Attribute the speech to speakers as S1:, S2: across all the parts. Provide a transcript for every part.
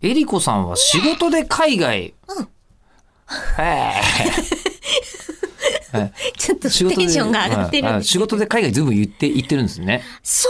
S1: えりこさんは仕事で海外。
S2: うん
S1: へ
S2: ちょっと
S1: え。
S2: テンションが上がってる
S1: は
S2: ん
S1: い
S2: です。
S1: 仕事で海外全部言って、言ってるんですね。
S2: そ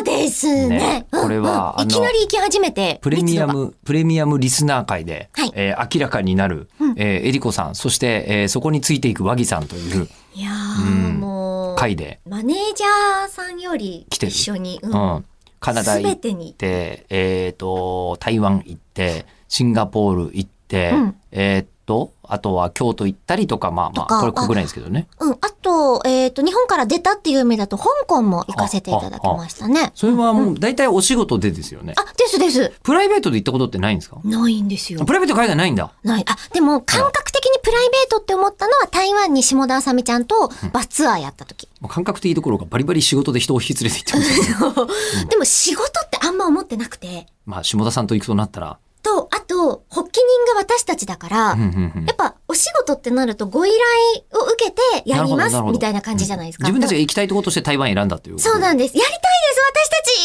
S2: うですね。
S1: ね
S2: うん
S1: これは
S2: うん
S1: あの
S2: いきなり行き始めて、
S1: プレミア
S2: 密度が。
S1: ム、プレミアムリスナー会で、
S2: はい
S1: えー明らかになる、えーえりこさん、そして、えーそこについていく和木さんという
S2: いやー、
S1: うん
S2: もう、
S1: 会で、
S2: マネージャーさんより
S1: 来てる
S2: 一緒に、う
S1: うんん、カナダ行
S2: 全
S1: って
S2: に。
S1: て、えっ、と、台湾行って、シンガポール行って、
S2: うん
S1: えっと、あとは京都行ったりとか、まあまあ、
S2: とか
S1: これ国内ですけどね。
S2: うん。あと、えっ、と、日本から出たっていう夢だと、香港も行かせていただきましたね。
S1: それはもう、大体お仕事でですよね。
S2: あ、ですです。
S1: プライベートで行ったことってないんですか
S2: ないんですよ
S1: プ。ライベート海外ないんだ。
S2: ない。あ、でも、感覚的にプライベートって思ったのは、台湾に下田あさみちゃんとバスツアーやった時。
S1: もう感覚的どころかバリバリ仕事で人を引き連れて行ってます よね
S2: でも、仕事ってあんま思ってなくて。
S1: まあ、下田さんと行くとなったら。
S2: と、あと、発起人が私たちだから、
S1: うんうんうん
S2: やっぱ、お仕事ってなると、ご依頼を受けてやり
S1: な
S2: ま
S1: るほどな
S2: す
S1: るほど
S2: みたいな感じじゃないですか。
S1: 自分たち
S2: だ
S1: が行きたいところとして台湾選んだということ
S2: そうなんです。やりたいで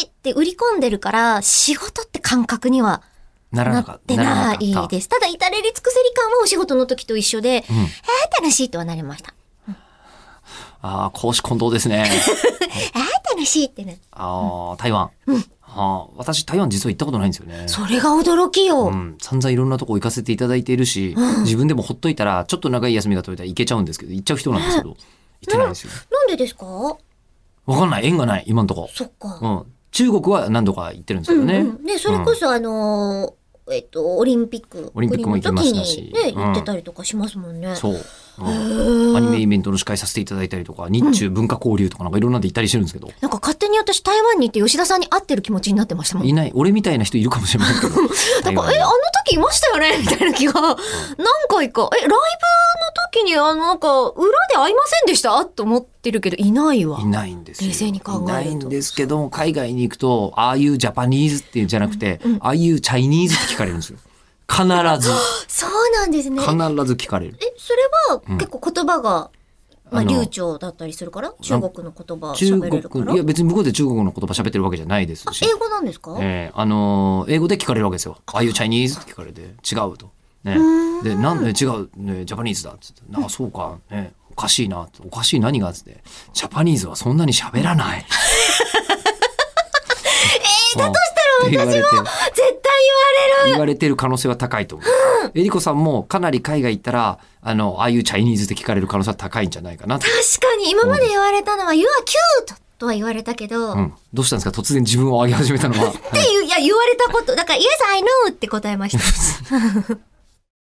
S2: す、私たちって売り込んでるから、仕事って感覚には
S1: なら
S2: な
S1: なか
S2: っ
S1: った。
S2: てな
S1: らないかった
S2: です。ただ、至れり尽くせり感はお仕事の時と一緒で、
S1: うん
S2: えー、楽しいとはなりました。
S1: ああ、公私混同です ね。
S2: えー、楽しいってね。
S1: ああ、台湾。あー私、台湾実は行ったことないんですよね。
S2: それが驚きよ。
S1: うん、散々いろんなとこ行かせていただいているし、自分でもほっといたら、ちょっと長い休みが取れたら行けちゃうんですけど、行っちゃう人なんですけど、行ってないんですよ。
S2: なんでですか
S1: わかんない。縁がない、今んとこ。
S2: そっ
S1: う
S2: か。
S1: ん。中国は何度か行ってるんですけ
S2: う
S1: ど
S2: ん
S1: ね。
S2: うん、ね、それこそ、あのーえっと、オリンピック。
S1: オリンピックも行きましたし
S2: の時に
S1: う
S2: ね、
S1: ん
S2: 行ってたりとかしますもんね。
S1: そう。うん
S2: う
S1: ア
S2: ん
S1: ニメイベントの司会させていただいたりとか、日中文化交流とかなんかいろんなので行ったりしてるんですけど、
S2: なんか勝手に私台湾に行って吉田さんに会ってる気持ちになってましたもん。
S1: いない、俺みたいな人いるかもしれないけど。
S2: な
S1: 台
S2: んか、
S1: 湾に
S2: え、あの時いました よねみたいな気が、何回か。え、ライブの時に、あの、なんか、裏で会いませんでしたと思ってるけど、いないわ
S1: い。ないんですよ。
S2: 冷静に考えると
S1: いないんですけど、海外に行くと、ああいうジャパニーズっていうんじゃなくて、ああいうチャイニーズって聞かれるんですよ。必ず、
S2: そうなんですね。
S1: 必ず聞かれる。
S2: え、それは結構言葉が、まあ、
S1: あの
S2: 流暢だったりするから中国の言葉
S1: 中
S2: 喋れるか
S1: 国、
S2: ら
S1: いや別に向こうで中国の言葉喋ってるわけじゃないです
S2: あ
S1: し、
S2: 英語なんですか、
S1: えーあのー英語で聞かれるわけですよ。ああいうチャイニーズって聞かれて、違うと。ね
S2: ー、ん
S1: で、なんで違う、ね、ジャパニーズだっつって、あ、そうか、ね、おかしいな、おかしい何がっつって、ジャパニーズはそんなに喋らない。 えだとしたら私も
S2: 絶対言われる
S1: 言われてる可能性は高いと思う。えりこさんもかなり海外行ったら、あの、ああいうチャイニーズって聞かれる可能性は高いんじゃないかなと。
S2: 確かに今まで言われたのは「You are cute」とは言われたけど、
S1: う
S2: っ
S1: ん。どうしたんですか突然自分を上げ始めたのは。
S2: ていういや言われたことだから「Yes I know」って答えました